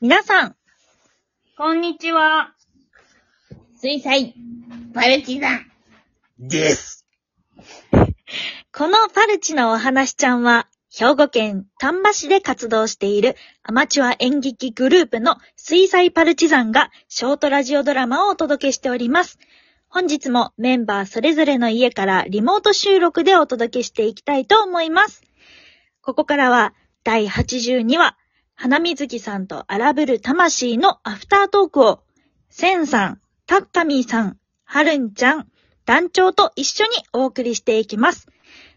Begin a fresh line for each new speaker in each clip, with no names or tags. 皆さん、
こんにちは。
水彩、パルチザン。
です。
このパルチのお話ちゃんは、兵庫県丹波市で活動しているアマチュア演劇グループの水彩パルチザンがショートラジオドラマをお届けしております。本日もメンバーそれぞれの家からリモート収録でお届けしていきたいと思います。ここからは第82話、花水木さんと荒ぶる魂のアフタートークを、センさん、タッカミーさん、ハルンちゃん、団長と一緒にお送りしていきます。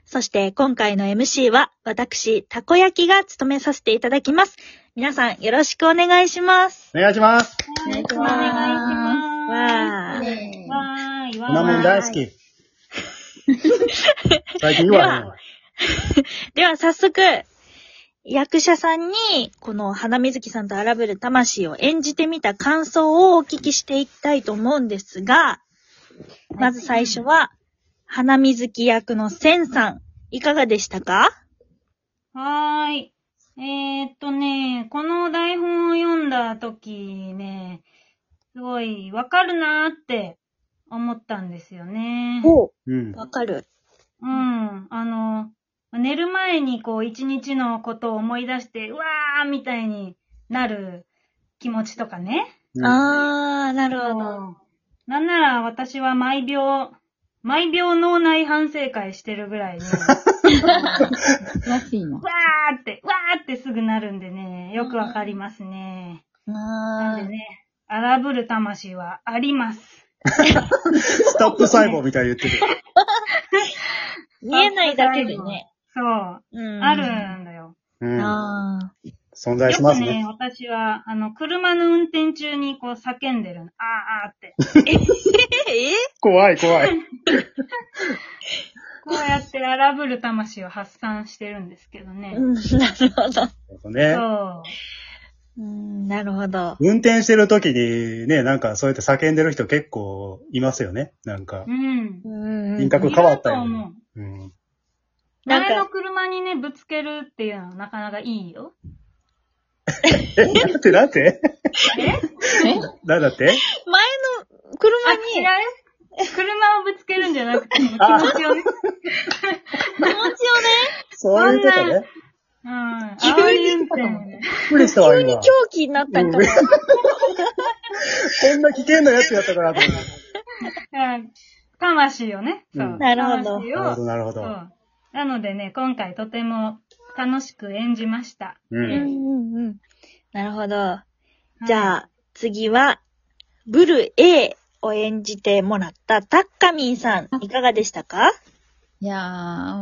そして今回の MC は私、たこ焼きが務めさせていただきます。皆さんよろしくお願いします。
お願いします。
お願いし
お
ま
わー。
す。わーい、わーい。
粉もん大好き。最近言わへんわ。
では早速、役者さんに、この花水木さんと荒ぶる魂を演じてみた感想をお聞きしていきたいと思うんですが、まず最初は、花水木役のセンさん、いかがでしたか
はーい。えー、っとね、この台本を読んだ時ね、すごいわかるなーって思ったんですよね。
お
うん。
わかる。
うん。あの、寝る前にこう一日のことを思い出して、うわーみたいになる気持ちとかね。
うん
あー、なる
そ
ほど。
うなんなら私は毎秒、毎秒脳内反省会してるぐらいね、
らしいな。
わーって、わーってすぐなるんでね、よくわかりますね。な
あ
んで
ー
ね、荒ぶる魂はあります。
ストップ細胞みたいに言ってる。
見えないだけでね。
そう、
うん
あるんだよ。
うん。
あー
存在
よ
しま
く
す
ね、
ね。
私は、あの、車の運転中にこう叫んでるの。あーあーって。
ええ
怖い怖い。
こうやって荒ぶる魂を発散してるんですけどね。
うんなるほど。
そうね。
そう。
うん、なるほど。
運転してる時にね、なんかそうやって叫んでる人結構いますよね。なんか
う。ん。
うん
輪郭変わった
い
よ
ると思う
ね。うん。
なん
前
か
の車にね、ぶつけるっていうのはなかなかいいよ。
え、なんてなんて
え
え
なんだって
前の車
あ、
に
違う 車をぶつけるんじゃなくて、その気持ちをね。
気持ちをね、
そういうことね。
うん。あ
急に
おり運転。
びっくりしたわ、
急に
今。
狂気になったりと
うん
か。
こんな危険なやつやったから。
うん魂をね。そうう。
ん
なるほど
魂
なるほど、なるほ
を。そ
ど。
う。なのでね、今回とても楽しく演じました。
う。
うんんうんうん。なるほど。
はい
じゃあ、次は、ブル A を演じてもらったタッカミンさん、いかがでしたか
いやー、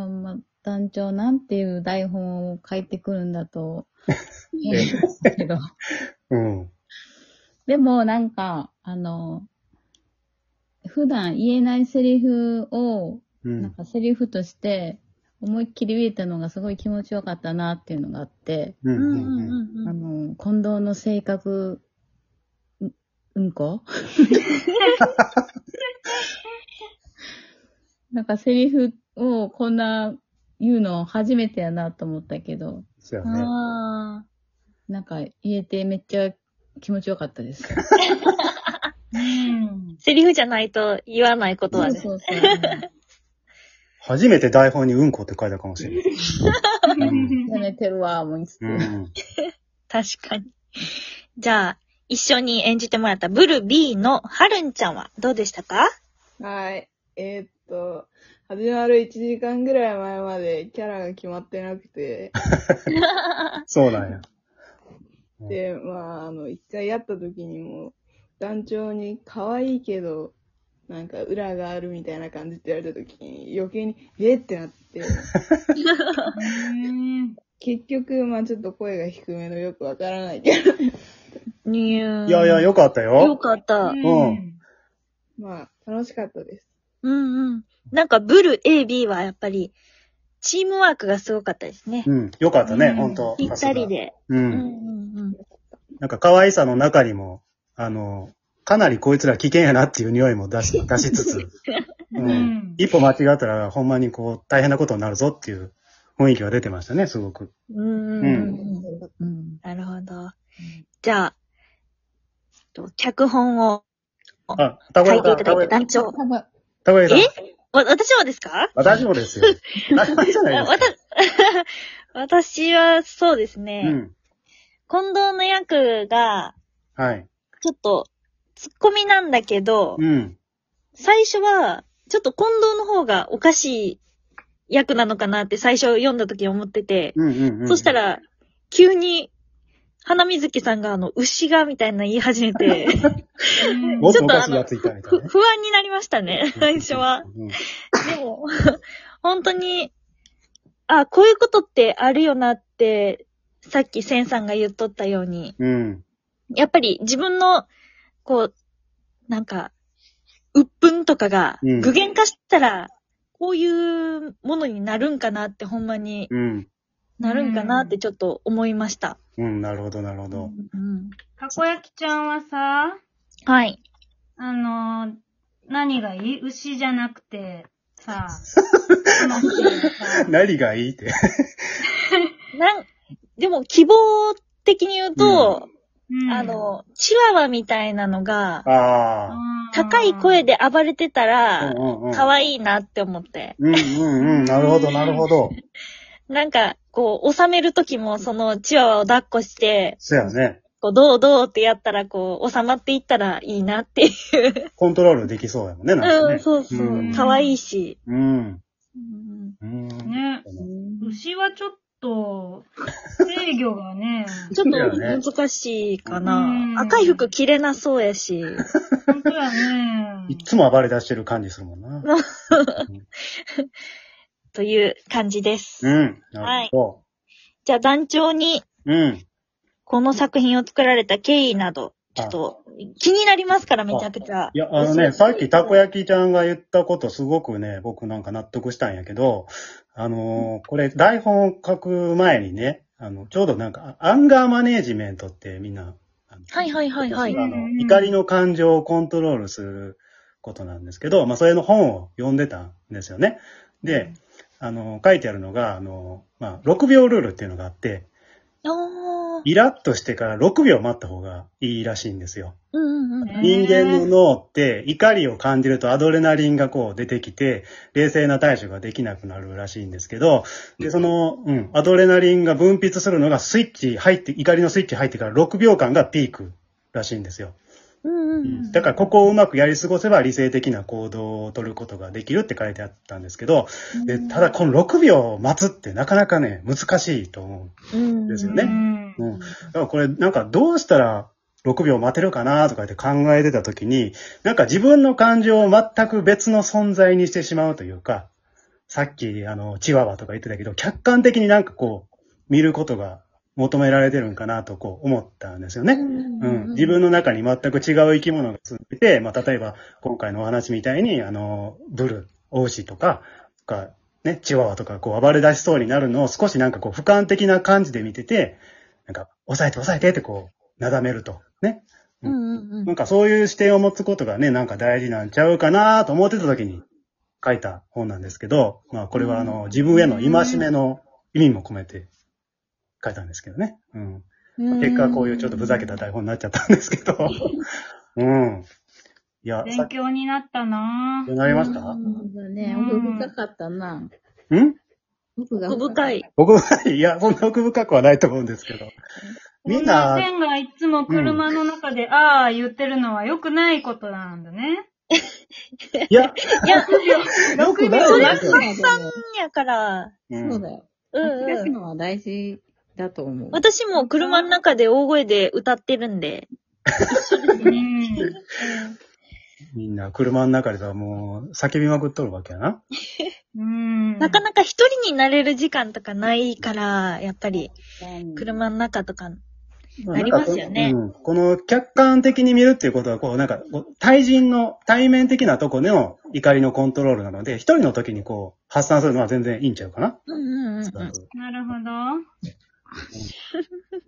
まあ、団長なんていう台本を書いてくるんだと思いましたけど。
うん。
でもなんか、あの、普段言えないセリフを、
う
なん
ん。
かセリフとして思いっきり言えたのがすごい気持ちよかったなっていうのがあって、
うん。う
うん
うん。
あ
ん
の、近藤の性格、ううんこなんかセリフをこんな言うの初めてやなと思ったけど、
そう
う
や
ん。
ね。
ああ。
なんか言えてめっちゃ気持ちよかったです。
うん。
セリフじゃないと言わないことはね。
そうそうそう。
初めて台本にうんこって書いたかもしれない。うん
やめてるわ、もういつ
う。ん。
確かに。じゃあ、一緒に演じてもらったブル B のハルンちゃんはどうでしたか
はい。えーっと、始まる1時間ぐらい前までキャラが決まってなくて、
そうなんや。
で、まあ、あの、一回やった時にも、団長に可愛いけど、なんか裏があるみたいな感じって言われた時に、余計に、えってなって、
うん
結局、まあちょっと声が低めのよくわからないけど、
にゅー
いやいや、よかった
よ
よ。
かった。
うん
まあ楽しかったです。
うんうん。なんか、ブル A、B はやっぱり、チームワークがすごかったですね。
うん。よかったね、
うん
ほんと。
ぴったりで。
さすが。う
うん
ん。
うんうん。
なんか可愛さの中にも、あの、かなりこいつら危険やなっていう匂いも出し、 出しつつ、う。
うんん。
一歩間違ったら、ほんまにこう、大変なことになるぞっていう雰囲気が出てましたね、すごく。
うんうんうん。
うん。
なるほど。じゃあ、と脚本を
あ、たこ
書
や
いて
さ
い
ん、
た
た
だい
こ
て、
やさん。
団長。
多分、
たこやさん
え。わ、私もですか
私もですよ。私じゃない
あ
で
わた 私はそうですね
す。か。うん。
近藤の役が、
はい。
ちょっと、ツッコミなんだけど、
うん。
最初は、ちょっと近藤の方がおかしい役なのかなって最初読んだ時思ってて、
うんうんうん。
そした、ら、急に、花水木さんがあの、牛がみたいなの言い始め て、
うん
もっとおかしいやついたみたい
ふ
なね。
不安になりましたね、最初は。
うん。
でも、本当に、あ、こういうことってあるよなって、さっきセンさんが言っとったように、
うん。
やっぱり自分の、こう、なんか、鬱憤とかが
うん
具現化したら、こういうものになるんかなって、ほんまに
うん。
なるんかなってちょっと思いました。
うん、なるほど、なるほど。
うん
たこ焼きちゃんはさ、
はい。
あのー何がいい牛じゃなくて、さ、話をさ
何がいいって。
なん、でも希望的に言うと、
うん
あの、チワワみたいなのが、
あ
高い声で暴れてた
あ。
ら、
うんうんうん。
可愛いなって思って。
うんうんうん。なるほど、なるほど。
なんか、こう、収める時も、その、チワワを抱っこして、
そうやね。
こう、どうどうってやったら、こう、収まっていったらいいなっていう。
コントロールできそうやもんね、なんか
う
ね
ん、。そうそうう。
ん
可愛いし。
うん。
うん
うん。
ね、牛はちょっと、制御がね、
ちょっ
だよ
と
ね
難しいか
うん
な。赤い服着れなそうやし。
本当やね。
いっつも暴れ出してる感じするもんな。
という感じです。
うん。なるほ
じゃあ団長に、
ど。うん。
この作品を作られた経緯など、ちょっと、気になりますから、めちゃくちゃ。
いや、あのね、さっきたこ焼きちゃんが言ったことすごくね、僕なんか納得したんやけど、あのーこれ台本を書く前にね、あの、ちょうどなんか、アンガーマネージメントってみんな、あの
はいはいはいはい。
あ
うんう
の
んうん
怒りの感情をコントロールすることなんですけど、まあ、それの本を読んでたんですよね。で、あの、書いてあるのが、あの、まあ、6秒ルールっていうのがあって、
おー。
イラッとしてから6秒待った方がいいらしいんですよ。
うんうんうん。
へー
人間の脳って怒りを感じるとアドレナリンがこう出てきて、冷静な対処ができなくなるらしいんですけど、で、その、うん、アドレナリンが分泌するのがスイッチ入って、怒りのスイッチ入ってから6秒間がピークらしいんですよ。
うんうん。
だからここをうまくやり過ごせば理性的な行動を取ることができるって書いてあったんですけど、でただこの6秒待つってなかなかね、難しいと思
うん。
ですよ
う
ね
ん
う。うん。だからこれなんかどうしたら6秒待てるかなとかって考えてた時に、なんか自分の感情を全く別の存在にしてしまうというか、さっきあの、チワワとか言ってたけど、客観的になんかこう、見ることが求められてるんかなとこう思ったんですよね。うん、自分の中に全く違う生き物が住んでて、まあ、例えば今回のお話みたいに、あの、ブル、オウシとか、とかね、チワワとか、こう暴れ出しそうになるのを少しなんかこう俯瞰的な感じで見てて、なんか、抑えて抑えてってこう、なだめると。ね。
うんうんうん
なんかそういう視点を持つことがね、なんか大事なんちゃうかなと思ってた時に書いた本なんですけど、まあこれはあの、自分への戒めの意味も込めて書いたんですけどね。うん。
うん。
結果こういうちょっとふざけた台本になっちゃったんですけど。うん。いや、さ
勉
っ
強になったな
きなりましたん
そうだね、
うん
奥深かったな。奥が
奥深い。
僕はいや、そんな奥深くはないと思うんですけど。みんな、
線がいつも車の中で、ああ言ってるのは良くないことなんだね。
い
い
や、
や、
よくない
それ
ですよ。
深さ
やから、
うん
そうだよ。
う
書き出す
んうん。
のは大事だと思う。
私も車の中で大声で歌ってるんで。
うん。
みんな車の中でさ、もう叫びまくっとるわけやな。
うん。
なかなか一人になれる時間とかないから、やっぱり、車の中とか。なりますよね
うんこの客観的に見るっていうことは、こうなんか、こう対人の、対面的なとこでの怒りのコントロールなので、一人の時にこう、発散するのは全然いいんちゃうかな。
うんうんうんうん。
なるほど。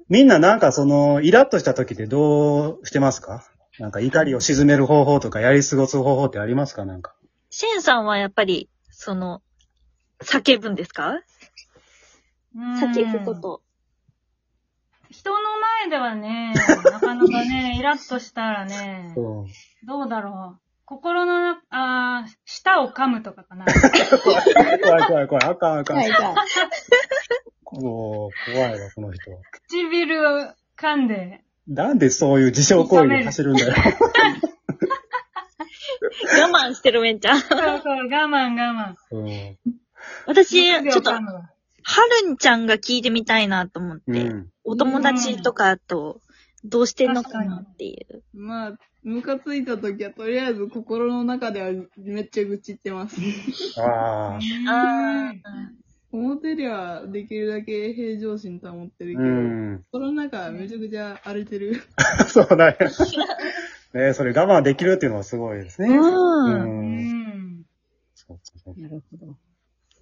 みんななんかその、イラッとした時ってどうしてますかなんか怒りを鎮める方法とか、やり過ごす方法ってありますかなんか。
シェンさんはやっぱり、その、叫ぶんですか
うん
叫ぶこ。と。
人の前ではね、なかなか ね、イラッとしたらね、
そう。
どうだろう。心のな、あー舌を噛むとかかな。
怖い、怖い、怖い、怖い。あかん、あかん。
はい、じゃあ。
もう、怖いわ、この人。
唇を噛んで、
なんでそういう自傷行為に走るんだよ。
我慢してるめんちゃん。
そうそう、我慢我慢。
うん。
私、ちょっと、
6
は
秒噛むわ
るんちゃんが聞いてみたいなと思って、
うん。
お友達とかと、どうしてんのかなっていう。
まあ、ムカついた時は、とりあえず心の中ではめっちゃ愚痴ってます。
ああ。
あー
表ではできるだけ平常心保ってるけど、
うん。
心の中はめちゃくちゃ荒れてる。
そうだね。 ねそれ我慢できるっていうのはすごいですね。
うん。
う。
うんん。
そうそう
なるほど。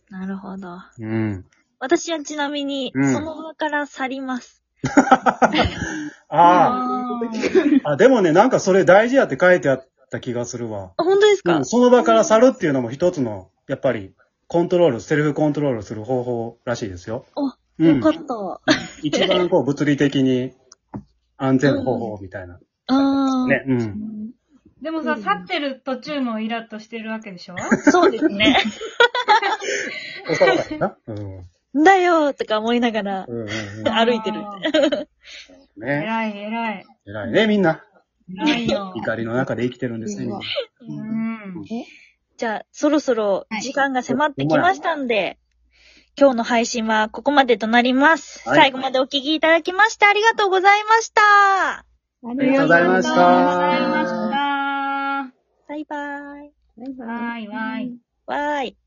なるほど。
そううん。
私はちなみに、
うん
その場から去ります。
あ
あー
あ。あ、でもね、なんかそれ大事やって書いてあった気がするわ。
あ本当ですか、
うん、その場から去るっていうのも一つの、やっぱり、コントロール、セルフコントロールする方法らしいですよ。
あ
う
よ
ん
か。った。
一番こう、物理的に安全方法みたいな。
うん。
ね、うん。
でもさ、去ってる途中もイラッとしてるわけでしょ
そうですね。
おさらばやな。うん。うん
だよーとか思いながら
うんうん。
歩いてる。
あー
ね。
偉い、偉い。
偉いね、みんな。
偉いよ。
怒りの中で生きてるんですね。みんな
う
うん
ん。
じゃあ、そろそろ時間が迫ってきましたんで、今日の配信はここまでとなります。
はい
最後までお聞きいただきましてありがとうございました。
あ
りがとうございました
ありがとうございました。
バイバイ。
わ
バイバイ
ーいわーい。
バイ。